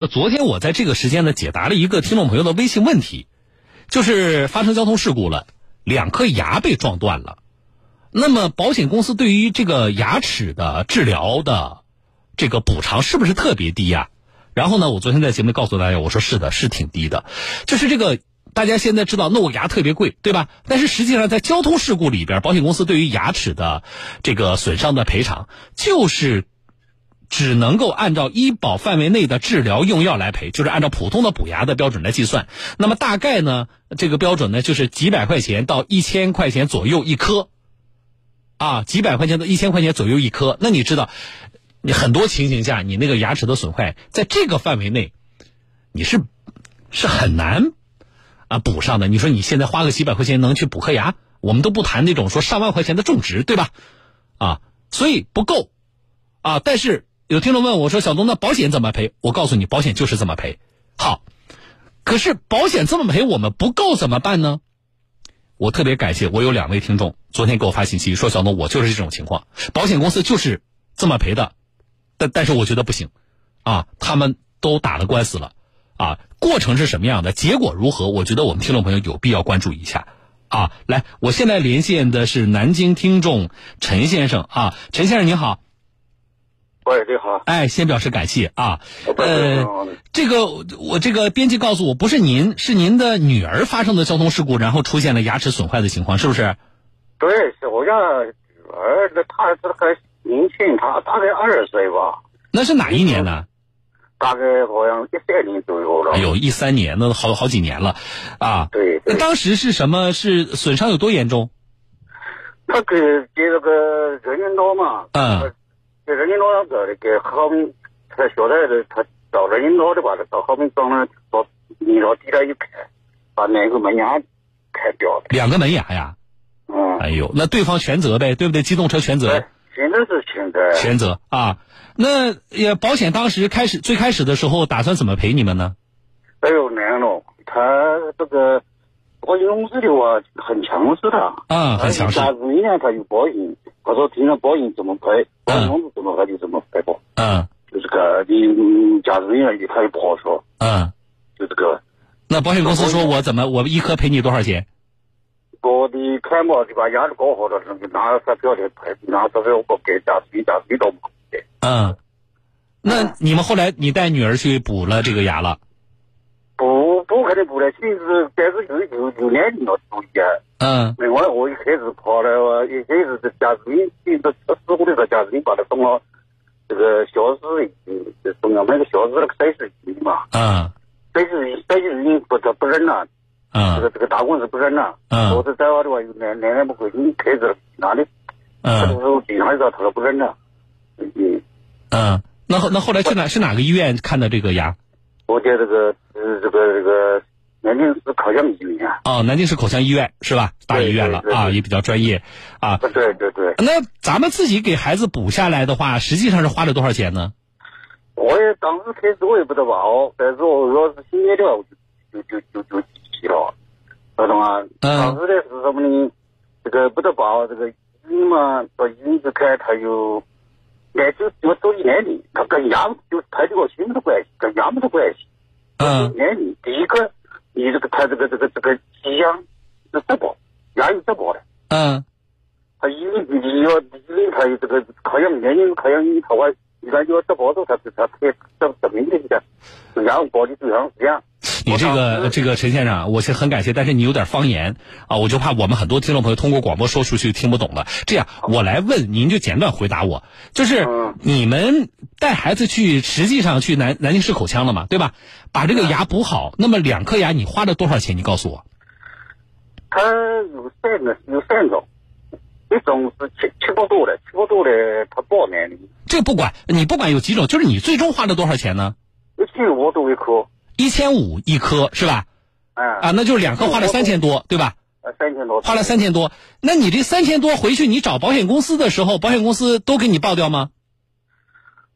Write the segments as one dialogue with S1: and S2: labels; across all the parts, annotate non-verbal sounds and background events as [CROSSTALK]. S1: 那昨天我在这个时间呢，解答了一个听众朋友的微信问题，就是发生交通事故了，两颗牙被撞断了。那么保险公司对于这个牙齿的治疗的这个补偿是不是特别低呀、然后呢，我昨天在节目里告诉大家，我说是的，是挺低的，就是这个。大家现在知道弄个牙特别贵，对吧？但是实际上，在交通事故里边，保险公司对于牙齿的这个损伤的赔偿，就是只能够按照医保范围内的治疗用药来赔，就是按照普通的补牙的标准来计算。那么大概呢，这个标准呢，就是几百块钱到一千块钱左右一颗，啊，几百块钱到一千块钱左右一颗。那你知道，你很多情形下，你那个牙齿的损坏，在这个范围内，你是是很难啊补上的。你说你现在花个几百块钱能去补颗牙，我们都不谈那种说上万块钱的种植，对吧？啊，所以不够啊。但是有听众问我说：“小东，那保险怎么赔？”我告诉你，保险就是这么赔。好，可是保险这么赔，我们不够怎么办呢？我特别感谢我有两位听众昨天给我发信息说：“小东，我就是这种情况，保险公司就是这么赔的。”但但是我觉得不行，啊，他们都打了官司了，啊，过程是什么样的，结果如何？我觉得我们听众朋友有必要关注一下。啊，来，我现在连线的是南京听众陈先生啊，陈先生您好，
S2: 喂，你好，
S1: 哎，先表示感谢啊。
S2: 不是不是
S1: 呃，
S2: 不是
S1: 这个我这个编辑告诉我，不是您，是您的女儿发生的交通事故，然后出现了牙齿损坏的情况，是不是？
S2: 对，是我家儿子，他是还年轻，他大概二十岁吧，
S1: 那是哪一年呢？
S2: 大概好像一三年左右了。
S1: 哎呦，一三年，那好好几年了，啊。
S2: 对
S1: 那
S2: 对，
S1: 当时是什么？是损伤有多严重？
S2: 他给给那个人行道嘛，
S1: 嗯，
S2: 给人行道上给给后面，他小孩子他找人行道的吧，他到后面撞了，到你到地上一开，把那个门牙开掉了。
S1: 两个门牙呀。
S2: 嗯，
S1: 哎呦，那对方全责呗，对不对？机动车全责。
S2: 哎，现在是现在，
S1: 全责啊。那也保险当时开始最开始的时候打算怎么赔你们呢？
S2: 哎呦难了，他这个保险公司的话很强势的。
S1: 啊，很强势。
S2: 下次一年他有保险，他说停了保险怎么赔，保险公司怎么赔就怎么赔吧。
S1: 嗯
S2: 就这个，你嗯假如人家他也不好说，
S1: 嗯。
S2: 就这个，
S1: 那保险公司说我怎么我一颗赔你多少钱？
S2: 我的开嘛，就把牙齿搞好了，那个拿发票来赔，拿发票不给，假如假如都不给。
S1: 嗯。那你们后来你带女儿去补了这个牙了？
S2: 不不肯定不来，现在是但是有有有年龄了，注意啊。
S1: 嗯
S2: 另外，我一开始跑了，我一开始在假如你现在出事故的时候，假如你把他送到这个小市，嗯送到那个小市那个赛事局嘛。
S1: 嗯
S2: 但是但是人不他不认了，这
S1: 嗯
S2: 个这个打工是不认了。
S1: 嗯
S2: 我是在外头啊，有奶奶奶不给你开着哪里，他
S1: 嗯
S2: 都警察知道他都不认了。嗯，
S1: 嗯。那后那后来去哪去哪个医院看的这个牙？
S2: 我在这个呃这个这个南京市烤箱医院啊。
S1: 哦，南京市口腔医院是吧？大医院了
S2: 对对对
S1: 啊，
S2: 对
S1: 也比较专业啊。
S2: 对对对，
S1: 那咱们自己给孩子补下来的话，实际上是花了多少钱呢？
S2: 我也当时开始我也不知道哦，但是我要是新买的话，我就就就就就急了，晓得吗？当时的是什么呢？这个不得把这个医嘛，到医院去看，他有，那就我到医院里，他跟牙就他这个什么的关系，跟牙没得关系。
S1: 嗯。
S2: 年里第一个，你这个他这个这个这个鸡鸭是质保，牙有质保的。
S1: 嗯
S2: 他一定你要一定他有这个考验年龄考验你他话，你看要这保证他他他这怎么一个，然后保的最长时间。，
S1: 你这
S2: 我
S1: 个
S2: 当时
S1: 这个陈先生啊，我是很感谢，但是你有点方言啊，我就怕我们很多听众朋友通过广播说出去听不懂了。这样，我来问您就简短回答我，就是
S2: 嗯
S1: 你们带孩子去，实际上去南南京市口腔了嘛，对吧？把
S2: 嗯
S1: 这个牙补好，那么两颗牙你花了多少钱？你告诉我。
S2: 他有三个有三种，一种是七七个多的，七个多的他报年龄，
S1: 这不管你不管有几种，就是你最终花了多少钱呢？
S2: 一千五多一颗，
S1: 一千五一颗是吧？啊，
S2: 啊，
S1: 那就是两颗花了三千多，对吧？
S2: 三千多，
S1: 花了三千多，那你这三千多回去你找保险公司的时候，保险公司都给你报掉吗？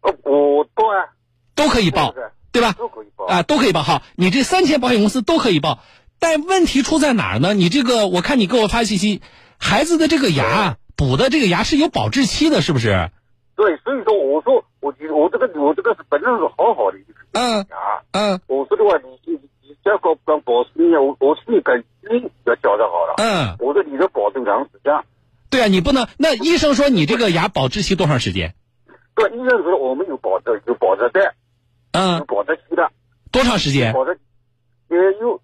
S2: 呃，我多啊，
S1: 都可以报
S2: 对对，
S1: 对吧？
S2: 都可以报
S1: 啊，都可以报。好，你这三千保险公司都可以报，但问题出在哪儿呢？你这个，我看你给我发信息，孩子的这个牙补的这个牙是有保质期的，是不是？
S2: 对，所以说我说我觉得我这个我这个是本身是好好的一个啊
S1: 嗯
S2: 牙，
S1: 嗯
S3: 我说的话，你你你只要搞搞保持你，我我是你本身要交代好了。
S1: 嗯，
S3: 我说你的保证长时间，
S1: 对啊，你不能。那医生说你这个牙保质期多长时间？
S3: 对，医生说我们有保证，有保证带，有
S1: 嗯，
S3: 保证期的，
S1: 多长时间？
S3: 保证，也有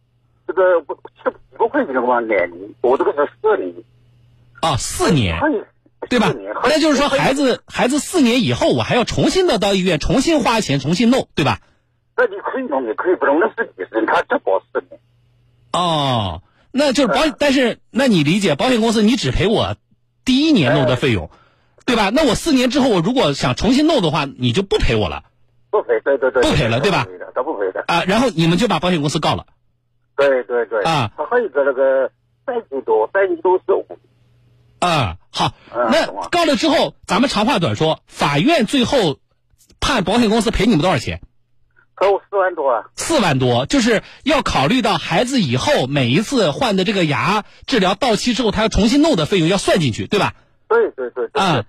S3: 这个不七几个会计的话两年，我这个是四年，
S1: 啊，四年，
S3: 还有
S1: 对吧
S3: 四年？
S1: 那就是说，
S3: 还有
S1: 孩子孩子四年以后，我还要重新的到医院，重新花钱，重新弄，对吧？
S3: 那你可以弄，也可以不弄，那是你人，他只保四年。
S1: 哦，那就是保，但是那你理解，保险公司你只赔我第一年弄的费用，对吧？那我四年之后，我如果想重新弄的话，你就不赔我了
S3: 不赔，对对对，
S1: 不赔了对吧
S3: 不赔的？他不赔的，
S1: 啊、然后你们就把保险公司告了
S3: 对对对。
S1: 啊
S3: 他还有一个那个三级多，三级多是五，
S1: 啊、好，
S3: 嗯
S1: 那
S3: 懂了
S1: 告了之后，咱们长话短说，法院最后判保险公司赔你们多少钱？
S3: 可我四万多啊。
S1: 四万多，就是要考虑到孩子以后每一次换的这个牙治疗到期之后，他要重新弄的费用要算进去，对吧？
S3: 对对对对。
S1: 啊、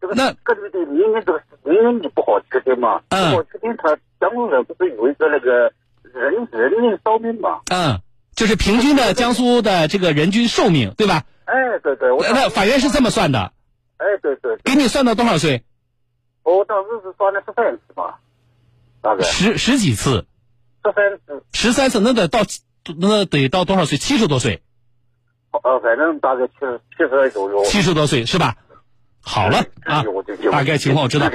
S3: 这个
S1: 那
S3: 这个对明年这个明年你不好确定嘛？
S1: 嗯
S3: 不好确定，他江苏省不是有一个那个人人命烧命嘛？
S1: 嗯，就是平均的江苏的这个人均寿命，对吧？
S3: 哎，对对，我
S1: 那那法院是这么算的，
S3: 哎对对，对
S1: 给你算到多少岁？
S3: 我当时是算的十三次嘛，大概
S1: 十十几次，
S3: 十三次，
S1: 十三次，那得到那得到多少岁？七十多岁，
S3: 呃，反正大概七十七十二左右。
S1: 七十多岁是吧？好了
S2: 哎
S1: 啊，大概情况我知道。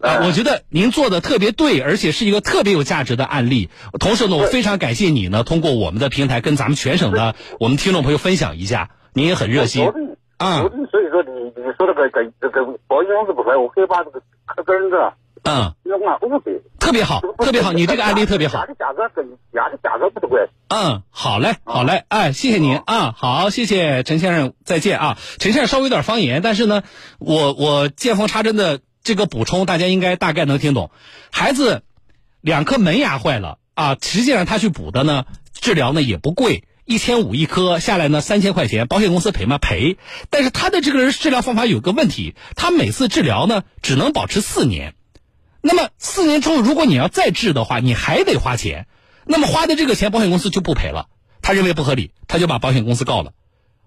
S1: 啊，我觉得您做的特别对，而且是一个特别有价值的案例。同时呢，我非常感谢你呢，通过我们的平台跟咱们全省的我们听众朋友分享一下，您也很热心
S3: 昨天
S1: 啊
S3: 昨天所以说你你说那个给这个保险公司不赔，我可以把这个客根子
S1: 嗯，
S3: 要按误赔。
S1: 特别好，特别好，你这个案例特别好
S3: 牙。的价格跟牙的价格不得关系。
S1: 嗯，好嘞，好嘞，哎，谢谢您啊，好，谢谢陈先生，再见啊。陈先生稍微有点方言，但是呢，我我见缝插针的这个补充，大家应该大概能听懂。孩子两颗门牙坏了啊，实际上他去补的呢，治疗呢也不贵，一千五一颗，下来呢三千块钱，保险公司赔吗？赔。但是他的这个人治疗方法有个问题，他每次治疗呢只能保持四年。那么四年之后，如果你要再治的话，你还得花钱。那么花的这个钱，保险公司就不赔了。他认为不合理，他就把保险公司告了。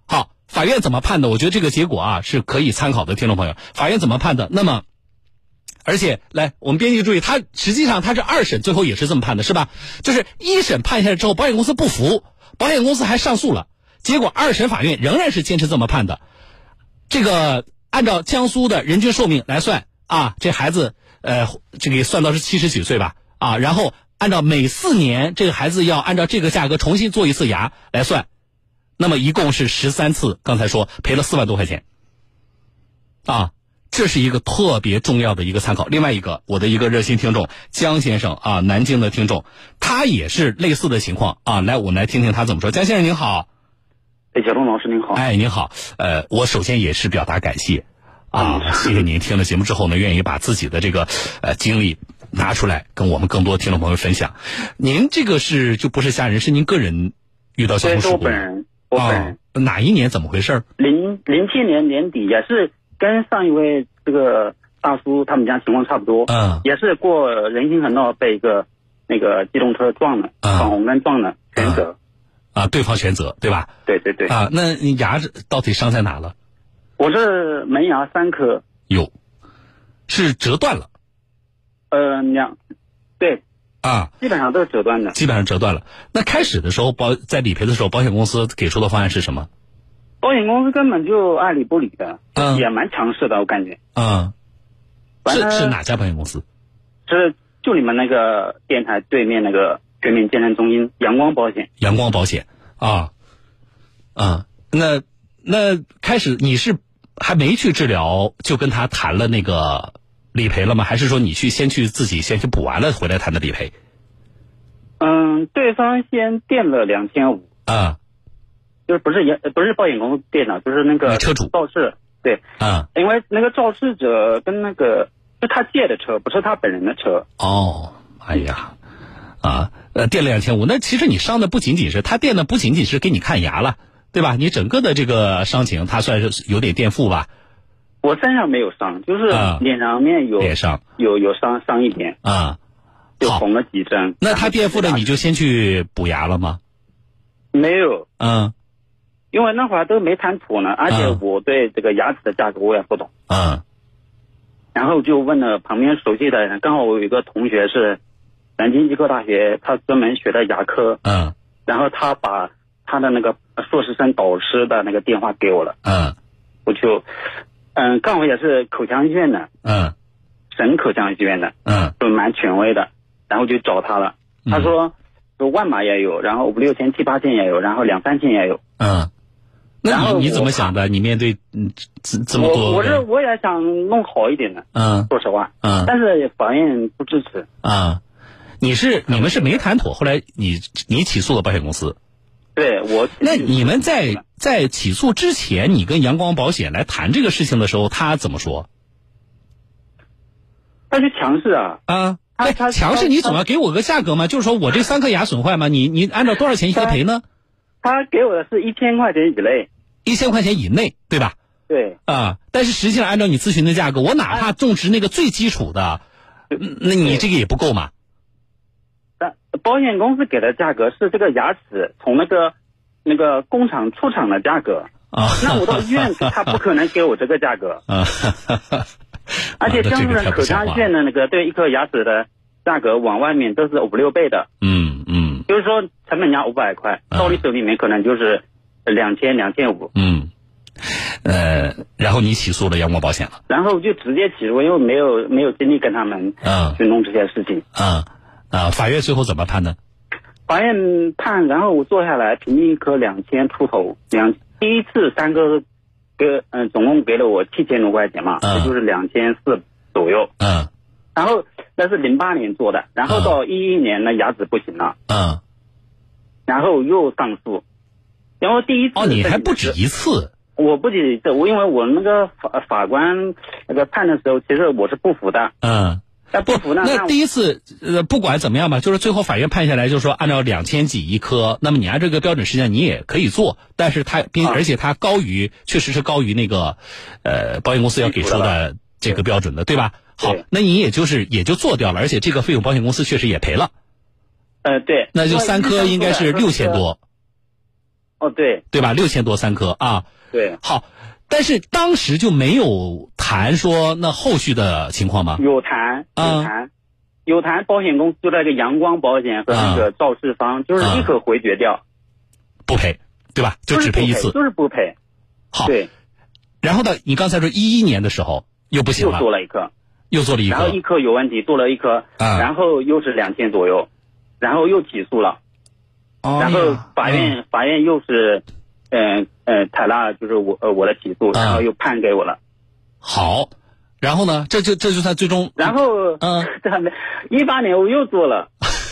S1: 好，法院怎么判的？我觉得这个结果啊是可以参考的，听众朋友。法院怎么判的？那么，而且来，我们编辑注意，他实际上他是二审最后也是这么判的，是吧？就是一审判下来之后，保险公司不服，保险公司还上诉了，结果二审法院仍然是坚持这么判的。这个按照江苏的人均寿命来算啊，这孩子呃，这个也算到是七十几岁吧啊，然后按照每四年这个孩子要按照这个价格重新做一次牙来算，那么一共是十三次，刚才说赔了四万多块钱啊。这是一个特别重要的一个参考。另外一个，我的一个热心听众江先生啊，南京的听众，他也是类似的情况啊。来，我们来听听他怎么说。江先生您好，
S3: 哎，小东老师您
S2: 哦
S3: 好
S1: 哎，您好，呃，我首先也是表达感谢
S2: 嗯
S1: 啊，谢谢您听了节目之后呢，愿意把自己的这个呃经历拿出来跟我们更多听众朋友分享。您这个是就不是吓人，是您个人遇到交
S2: 对，
S1: 通
S2: 是
S1: 事
S2: 我
S1: 故吗
S2: 本人，我本人。
S1: 啊哪一年怎么回事儿？
S2: 零零七年年底也是跟上一位这个大叔他们家情况差不多，
S1: 嗯
S2: 也是过人行横道被一个那个机动车撞了，
S1: 嗯
S2: 闯红灯撞了，全责。
S1: 啊，对方全责对吧？
S2: 对对对，
S1: 啊，那你牙是到底伤在哪了？
S2: 我是门牙三颗，
S1: 有，是折断了
S2: 呃，两，对，
S1: 啊。
S2: 基本上都是折断的。
S1: 基本上折断了。那开始的时候，保在理赔的时候，保险公司给出的方案是什么？
S2: 保险公司根本就爱理不理的，
S1: 嗯
S2: 也蛮强势的，我感觉。
S1: 嗯，
S2: 完
S1: 是
S2: 了
S1: 是哪家保险公司？
S2: 是就你们那个电台对面那个全民健身中心阳光保险，
S1: 阳光保险啊啊，那那开始你是还没去治疗就跟他谈了那个理赔了吗？还是说你去先去自己先去补完了回来谈的理赔
S2: 嗯，对方先垫了两千五，
S1: 啊
S2: 就是不是也呃不是保险公司店长，就是那
S1: 那
S2: 个
S1: 车主
S2: 肇事。对，
S1: 啊
S2: 因为那个肇事者跟那个是他借的车，不是他本人的车。
S1: 哦，哎呀啊呃垫了两千五，那其实你伤的不仅仅是他垫的，不仅仅是给你看牙了。对吧？你整个的这个伤情，他算是有点垫付吧，
S2: 我身上没有伤，就是
S1: 啊
S2: 脸上面有、
S1: 脸上
S2: 有有伤伤一点。
S1: 啊，
S2: 就缝了几针。
S1: 那他垫付了，你就先去补牙了吗？
S2: 没有，
S1: 嗯
S2: 因为那会儿都没谈妥呢，
S1: 啊
S2: 而且我对这个牙齿的价格我也不懂，
S1: 嗯
S2: 然后就问了旁边熟悉的人，刚好我有一个同学是南京医科大学，他专门学的牙科，
S1: 嗯
S2: 然后他把他的那个硕士生导师的那个电话给我了，
S1: 嗯
S2: 我就，嗯，刚好也是口腔医院的，
S1: 嗯
S2: 省口腔医院的，
S1: 嗯
S2: 就蛮权威的，然后就找他了，他说。说万马也有，然后五六千、七八千也有，然后两三千也有。
S1: 嗯。那
S2: 然后
S1: 你你怎
S2: 我
S1: 么想的？你面对嗯这这么
S2: 我
S1: 多
S2: 我是
S1: 人，
S2: 我也想弄好一点的，
S1: 嗯
S2: 说实话，
S1: 嗯
S2: 但是法院不支持。
S1: 啊，你是你们是没谈妥，后来你你起诉了保险公司。
S2: 对我，
S1: 那你们在在起诉之前，你跟阳光保险来谈这个事情的时候，他怎么说
S2: 他就强势啊，
S1: 啊？
S2: 他他
S1: 对，强势你总要给我个价格嘛，就是说我这三颗牙损坏嘛，你你按照多少钱一颗赔呢？
S2: 他给我的是一千块钱以内，
S1: 一千块钱以内，对吧？
S2: 对，
S1: 啊，但是实际上按照你咨询的价格，我哪怕种植那个最基础的，嗯那你这个也不够嘛？
S2: 但保险公司给的价格是这个牙齿从那个那个工厂出厂的价
S1: [LAUGHS]
S2: 格，
S1: 啊，
S2: 那我到医院去，他不可能给我这个价
S1: [LAUGHS]，
S2: 格
S1: 啊，哈哈哈
S2: 而且
S1: [LAUGHS] 啊那
S2: 江
S1: 这
S2: 苏
S1: 个
S2: 省
S1: 太不
S2: 口
S1: 像
S2: 腔医
S1: 话了
S2: 院的那个对一颗牙齿的价格往外面都是五六倍的，
S1: 嗯嗯
S2: 比如说成本价五百块，
S1: 嗯
S2: 到你手里面可能就是两千两千五，
S1: 嗯，呃，然后你起诉了阳光保险了，
S2: 然后就直接起诉，因为没有没有精力跟他们
S1: 嗯
S2: 去弄这些事情。
S1: 嗯啊，法院最后怎么判的？
S2: 法院判，然后我坐下来，平均一颗两千出头，两第一次三颗给嗯、总共给了我七千多块钱嘛，
S1: 嗯
S2: 也就是两千四左右。
S1: 嗯
S2: 然后那是零八年做的，然后到
S1: 啊
S2: 一一年呢牙齿不行了，
S1: 嗯，
S2: 然后又上诉，然后第一次
S1: 哦，你还不止
S2: 止，
S1: 一次，
S2: 我不止这，我因为我那个法法官那个判的时候，其实我是不服的，
S1: 嗯。
S2: 但不服呢，
S1: 那第一次，呃，不管怎么样吧，就是最后法院判下来，就是说按照两千几一颗，那么你按这个标准时间你也可以做，但是它并
S2: 啊
S1: 而且它高于，确实是高于那个，呃，保险公司要给出的这个标准的，对吧？好
S2: 对，
S1: 那你也就是也就做掉了，而且这个费用保险公司确实也赔了，
S2: 呃对，
S1: 那就三颗应该是六千，多，
S2: 哦对
S1: 对吧？六千多三颗啊，
S2: 对，
S1: 好，但是当时就没有谈说那后续的情况吗？
S2: 有谈
S1: 啊
S2: 有谈，有谈保险公司那个阳光保险和那个肇事
S1: 啊
S2: 方，就是立刻回绝掉，
S1: 不赔，对吧？就
S2: 就是
S1: 只
S2: 不
S1: 赔一次。
S2: 就是不赔。
S1: 好，
S2: 对，
S1: 然后呢，你刚才说一一年的时候又不行
S2: 又
S1: 了，
S2: 做了一颗，
S1: 又做了一
S2: 然后
S1: 个
S2: 一，颗有问题，做了一颗，
S1: 啊
S2: 然后又是两千左右，然后又起诉了，
S1: 哦
S2: 然后法院、法院又是，嗯呃呃采纳就是我呃我的起诉，
S1: 啊
S2: 然后又判给我了，
S1: 好，然后呢，这就这就算最终，
S2: 然后 [LAUGHS]
S1: 嗯，
S2: 这还没一八年我又做了，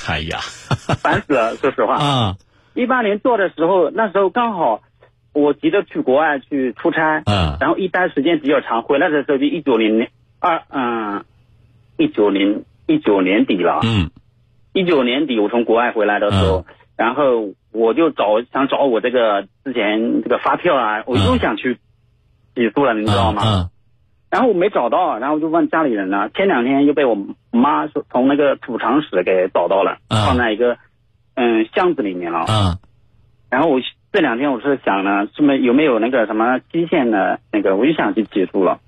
S1: 哎呀，
S2: 烦死了，说实话。
S1: 啊
S2: 一八年做的时候，那时候刚好我急着去国外去出差，
S1: 嗯
S2: 然后一待时间比较长，回来的时候就一九年二嗯，一九年一九年底了，
S1: 嗯
S2: 一九年底我从国外回来的时候，然后我就找想找我这个之前这个发票啊，我又想去起诉了，你知道吗？
S1: 嗯
S2: 然后我没找到，然后我就问家里人了。前两天又被我妈说从那个储藏室给找到了，
S1: 嗯
S2: 放在一个嗯箱子里面了。
S1: 嗯
S2: 然后我这两天我是想呢，是没有没有那个什么期限的那个，我就想去起诉了。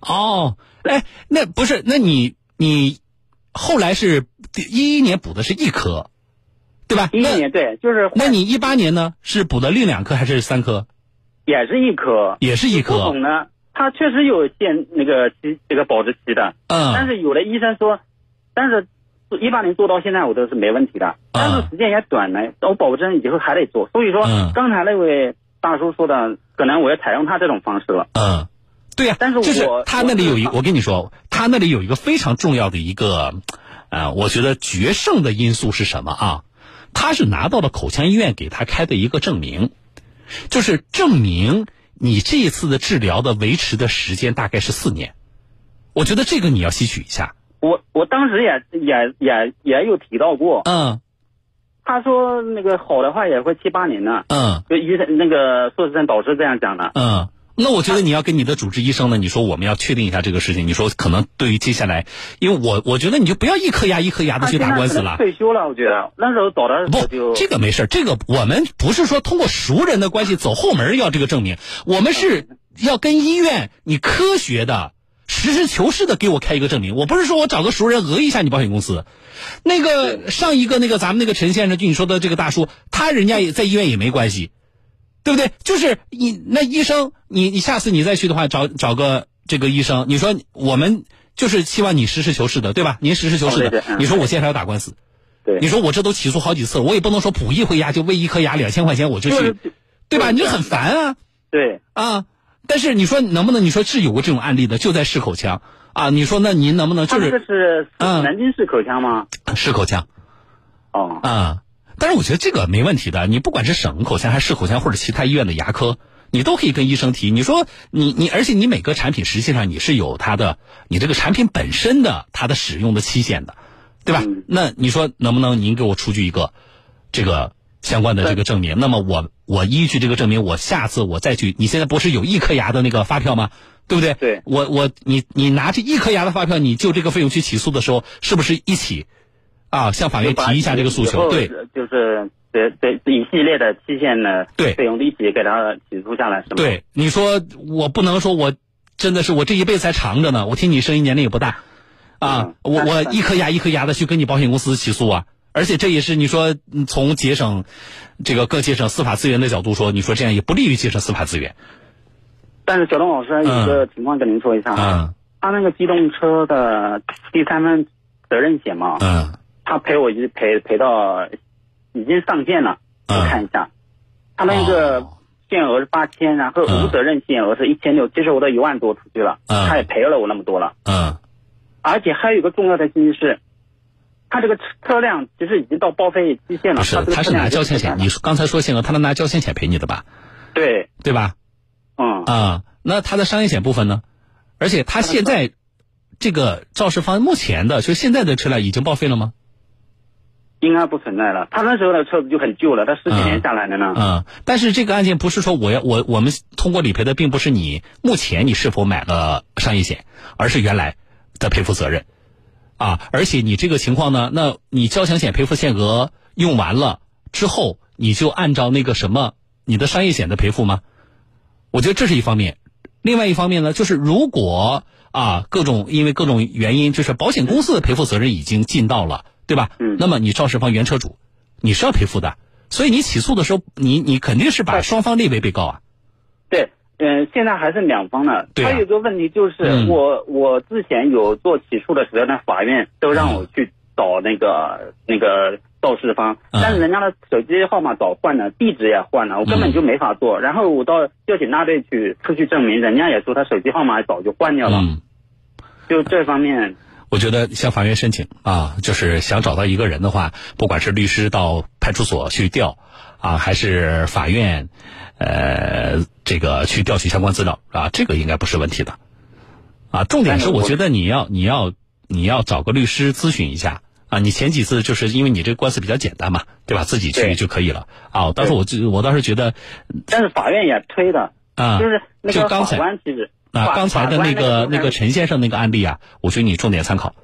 S1: 哦，哎，那不是，那你你后来是一一年补的是一颗，对吧？
S2: 一一
S1: 那
S2: 年对，就是
S1: 那你一八年呢是补的另两颗还是三颗？
S2: 也是一颗，
S1: 也是一
S2: 不
S1: 颗
S2: 懂，呢，它确实有限那个期这个保质期的，
S1: 嗯
S2: 但是有的医生说，但是一八年做到现在我都是没问题
S1: 啊
S2: 的，但是时间也短呢，我保证以后还得做。所以说
S1: 嗯，
S2: 刚才那位大叔说的，可能我要采用他这种方式了。
S1: 嗯，对呀、
S2: 但是我
S1: 就是他那里有一，
S2: 我
S1: 我跟你说，他那里有一个非常重要的一个，呃，我觉得决胜的因素是什么啊？他是拿到了口腔医院给他开的一个证明，就是证明你这一次的治疗的维持的时间大概是四年，我觉得这个你要吸取一下。
S2: 我我当时也也也也有提到过，
S1: 嗯
S2: 他说那个好的话也会七八年呢。
S1: 嗯
S2: 就医生那个硕士生导师这样讲的，
S1: 嗯，那我觉得你要跟你的主治医生呢，你说我们要确定一下这个事情。你说可能对于接下来，因为我我觉得你就不要一颗牙一颗牙的
S2: 啊
S1: 去打官司了。
S2: 退休了，我觉得那时候早点
S1: 不，这个没事，这个我们不是说通过熟人的关系走后门要这个证明，我们是要跟医院你科学的。实事求是的给我开一个证明，我不是说我找个熟人讹一下你保险公司。那个上一个那个咱们那个陈先生，就你说的这个大叔，他人家也在医院也没关系，对不对？就是你那医生，你你下次你再去的话，找找个这个医生，你说我们就是期望你实事求是哦的，对嗯吧？您实事求是的，你说我现在要打官司，
S2: 对，
S1: 你说我这都起诉好几次，我也不能说补一回牙就为一颗牙两千块钱我就去，对吧？你就很烦啊，
S2: 对
S1: 啊。但是你说能不能？你说是有过这种案例的，就在试口腔啊。你说那您能不能就是？嗯
S2: 这是南京市口腔吗？
S1: 试、嗯、口腔。
S2: 哦。
S1: 啊、嗯，但是我觉得这个没问题的。你不管是省口腔还是市口腔，或者其他医院的牙科，你都可以跟医生提。你说你你，而且你每个产品实际上你是有它的，你这个产品本身的它的使用的期限的，对吧？
S2: 嗯、
S1: 那你说能不能您给我出具一个这个？相关的这个证明，那么我我依据这个证明，我下次我再去。你现在不是有一颗牙的那个发票吗？对不对？
S2: 对，
S1: 我我你你拿这一颗牙的发票，你就这个费用去起诉的时候，是不是一起啊向法院提一下这个诉求？对，
S2: 就是对对一系列的期限呢，
S1: 对
S2: 费用一起给他起诉下来，是吗？
S1: 对，你说我不能说我真的是我这一辈子还长着呢，我听你声音年龄也不大啊，嗯、我我一颗牙一颗牙的去跟你保险公司起诉啊。而且这也是你说嗯从节省这个更节省司法资源的角度说，你说这样也不利于节省司法资源。
S2: 但是小东老师有个情况跟您说一下
S1: 啊，嗯、
S2: 他那个机动车的第三方责任险嘛，
S1: 嗯，
S2: 他赔我就赔赔到已经上限了，我看一下，
S1: 嗯、
S2: 他那个限额是八千，然后无责任限额是一千六，其实我都一万多出去了，
S1: 嗯、
S2: 他也赔了我那么多了，
S1: 嗯，
S2: 而且还有一个重要的信息是。他这个车辆其实已经到报废期限了。
S1: 不是，他是拿交强险。你刚才说限额，他能拿交强险赔你的吧？
S2: 对，
S1: 对吧？
S2: 嗯
S1: 啊、嗯，那他的商业险部分呢？而且他现在这个肇事方目前的，就现在的车辆已经报废了吗？
S2: 应该不存在了。他那时候的车子就很旧了，他十几年下来的呢。
S1: 嗯,嗯，但是这个案件不是说我要我我们通过理赔的，并不是你目前你是否买了商业险，而是原来的赔付责任。啊，而且你这个情况呢，那你交强险赔付限额用完了之后，你就按照那个什么你的商业险的赔付吗？我觉得这是一方面，另外一方面呢，就是如果啊各种因为各种原因，就是保险公司的赔付责任已经尽到了，对吧？
S2: 嗯。
S1: 那么你肇事方原车主你是要赔付的，所以你起诉的时候，你你肯定是把双方列为被告啊。
S2: 对。嗯，现在还是两方的。
S1: 对、啊。
S2: 还有个问题就是，
S1: 嗯、
S2: 我我之前有做起诉的时候，呢，法院都让
S1: 嗯
S2: 我去找那个、嗯、那个肇事方，
S1: 嗯
S2: 但是人家的手机号码早换了，地址也换了，我根本就没法
S1: 嗯、
S2: 做。然后我到交警大队去出具证明，人家也说他手机号码早就换掉了。
S1: 嗯。
S2: 就这方面。
S1: 我觉得向法院申请啊，就是想找到一个人的话，不管是律师到派出所去调，啊，还是法院，呃，这个去调取相关资料啊，这个应该不是问题的。啊，重点是我觉得你要你要你要找个律师咨询一下啊。你前几次就是因为你这官司比较简单嘛，对吧？自己去就可以了啊。当时我就我倒是觉得，
S2: 但是法院也推的
S1: 啊，
S2: 就是那
S1: 个法
S2: 官其实。
S1: 啊，刚才的那
S2: 个
S1: 那个陈先生那个案例啊，我觉得你重点参考。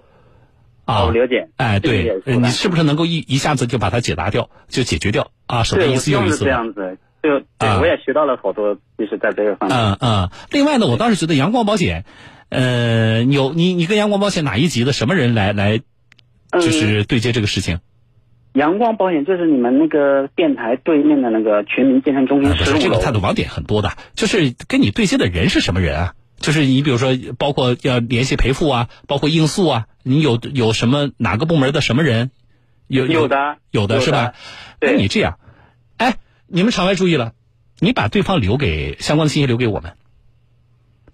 S1: 啊，
S2: 我了解。
S1: 哎，对，你是不是能够一一下子就把它解答掉，就解决掉啊？省得一次又啊一次。
S2: 这样子，就对我也学到了好多，就是在这个方面。
S1: 嗯嗯，另外呢，我倒是觉得阳光保险，呃，有你你跟阳光保险哪一级的什么人来来，
S2: 嗯
S1: 就是对接这个事情？
S2: 阳光保险就是你们那个电台对面的那个全民健身中心嗯十五楼。
S1: 啊这个它的网点很多的，就是跟你对接的人是什么人啊？就是你比如说，包括要联系赔付啊，包括应诉啊，你有有什么哪个部门的什么人？有
S2: 有的
S1: 有
S2: 的
S1: 是吧？
S2: 对，
S1: 你这样，哎，你们场外注意了，你把对方留给相关的信息留给我们。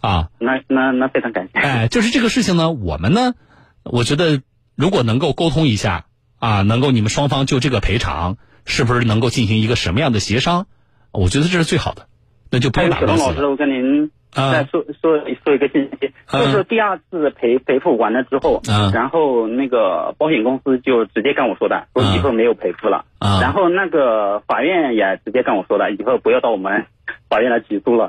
S1: 啊，
S2: 那那那非常感谢。
S1: 哎，就是这个事情呢，我们呢，我觉得如果能够沟通一下。啊，能够你们双方就这个赔偿，是不是能够进行一个什么样的协商？我觉得这是最好的，那就不用打官
S2: 司了。老师，我跟您再说、
S1: 嗯、
S2: 说说一个信息，
S1: 啊
S2: 就是第二次赔赔付完了之后，
S1: 嗯、
S2: 然后那个保险公司就直接跟我说的，说
S1: 啊
S2: 以后没有赔付了。
S1: 嗯、
S2: 然后那个法院也直接跟我说的，以后不要到我们法院来起诉了。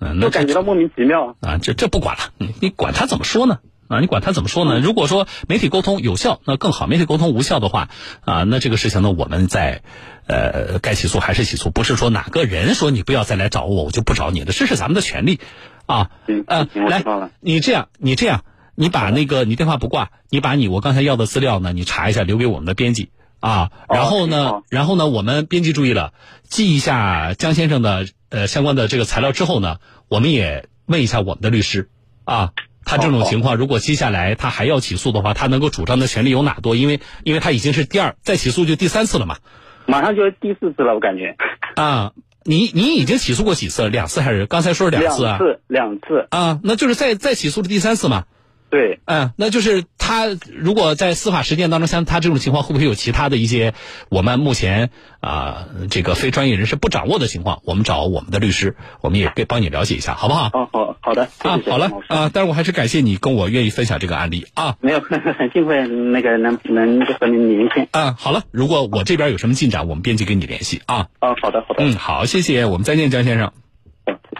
S1: 啊，
S2: 就
S1: 那
S2: 感
S1: 这
S2: 觉到莫名其妙。
S1: 啊，这这不管了，你你管他怎么说呢？啊，你管他怎么说呢？如果说媒体沟通有效，那更好；媒体沟通无效的话，啊，那这个事情呢，我们在，呃，该起诉还是起诉，不是说哪个人说你不要再来找我，我就不找你了，这是咱们的权利，啊，
S2: 嗯
S1: 呃，
S2: 嗯我
S1: 来
S2: 知道了，
S1: 你这样，你这样，你把那个你电话不挂，你把你我刚才要的资料呢，你查一下，留给我们的编辑啊。
S2: 哦
S1: 然后呢，
S2: 挺好
S1: 然后呢，我们编辑注意了，记一下江先生的呃相关的这个材料之后呢，我们也问一下我们的律师啊。他这种
S2: 好
S1: 情况，如果接下来他还要起诉的话，他能够主张的权利有哪多？因为因为他已经是第二，再起诉就第三次了嘛。
S2: 马上就是第四次了，我感觉
S1: 啊，你你已经起诉过几次了？两次还是刚才说是两次啊？
S2: 次，两次，
S1: 啊，那就是再再起诉的第三次嘛。
S2: 对，
S1: 嗯，那就是他如果在司法实践当中，像他这种情况，会不会有其他的一些我们目前啊、这个非专业人士不掌握的情况？我们找我们的律师，我们也可以帮你了解一下，好不好？
S2: 哦，好好的，谢
S1: 啊
S2: 谢，
S1: 好了
S2: 张老师
S1: 啊，但是我还是感谢你跟我愿意分享这个案例啊。
S2: 没有， [LAUGHS] 很幸会那个能能和您连线。
S1: 啊，好了，如果我这边有什么进展，我们编辑跟你联系啊。
S2: 哦，好的，好的，
S1: 嗯，好，谢谢，我们再见，江先生。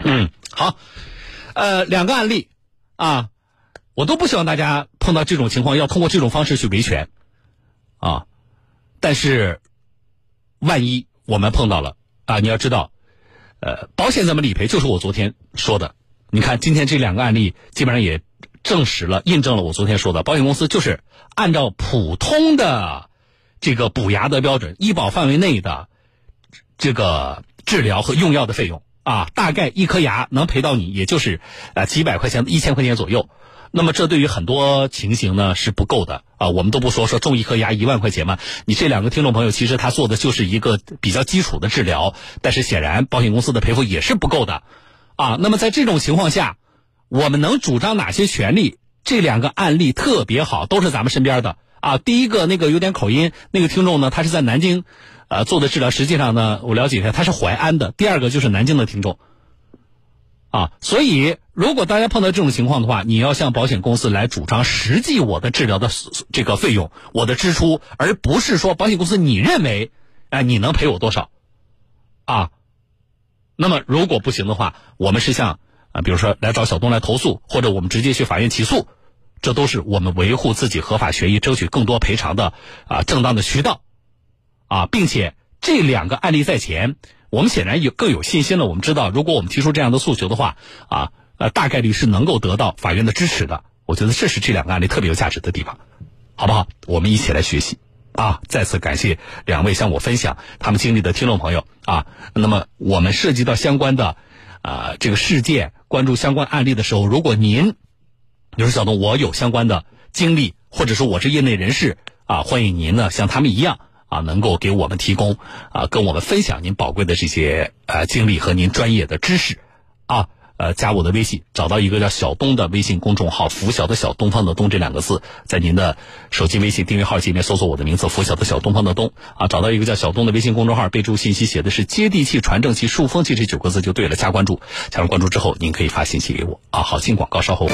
S1: 嗯，好，呃，两个案例啊，我都不希望大家碰到这种情况要通过这种方式去维权啊。但是，万一我们碰到了啊，你要知道，呃，保险怎么理赔，就是我昨天说的。你看，今天这两个案例基本上也证实了、印证了我昨天说的，保险公司就是按照普通的这个补牙的标准，医保范围内的这个治疗和用药的费用啊，大概一颗牙能赔到你也就是呃几百块钱、一千块钱左右。那么这对于很多情形呢是不够的啊，我们都不说说种一颗牙一万块钱嘛。你这两个听众朋友其实他做的就是一个比较基础的治疗，但是显然保险公司的赔付也是不够的啊。那么在这种情况下，我们能主张哪些权利？这两个案例特别好，都是咱们身边的啊。第一个那个有点口音那个听众呢，他是在南京，呃做的治疗，实际上呢，我了解一下，他是淮安的。第二个就是南京的听众，啊，所以如果大家碰到这种情况的话，你要向保险公司来主张实际我的治疗的这个费用，我的支出，而不是说保险公司你认为，哎、你能赔我多少，啊，那么如果不行的话，我们是向啊，比如说来找小东来投诉，或者我们直接去法院起诉，这都是我们维护自己合法权益、争取更多赔偿的啊正当的渠道啊，并且这两个案例在前，我们显然有更有信心了。我们知道，如果我们提出这样的诉求的话啊，呃，大概率是能够得到法院的支持的。我觉得这是这两个案例特别有价值的地方，好不好？我们一起来学习。啊，再次感谢两位向我分享他们经历的听众朋友啊。那么我们涉及到相关的啊、这个事件，关注相关案例的时候，如果您，比如说小东，我有相关的经历，或者说我是业内人士啊，欢迎您呢像他们一样啊，能够给我们提供啊，跟我们分享您宝贵的这些呃经历和您专业的知识啊。呃，加我的微信，找到一个叫小东的微信公众号“拂晓的小东方的东”这两个字，在您的手机微信订阅号界面搜索我的名字“拂晓的小东方的东”啊，找到一个叫小东的微信公众号，备注信息写的是“接地气、传正气、树风气”这九个字就对了，加关注。加上关注之后，您可以发信息给我啊。好，进广告，稍后。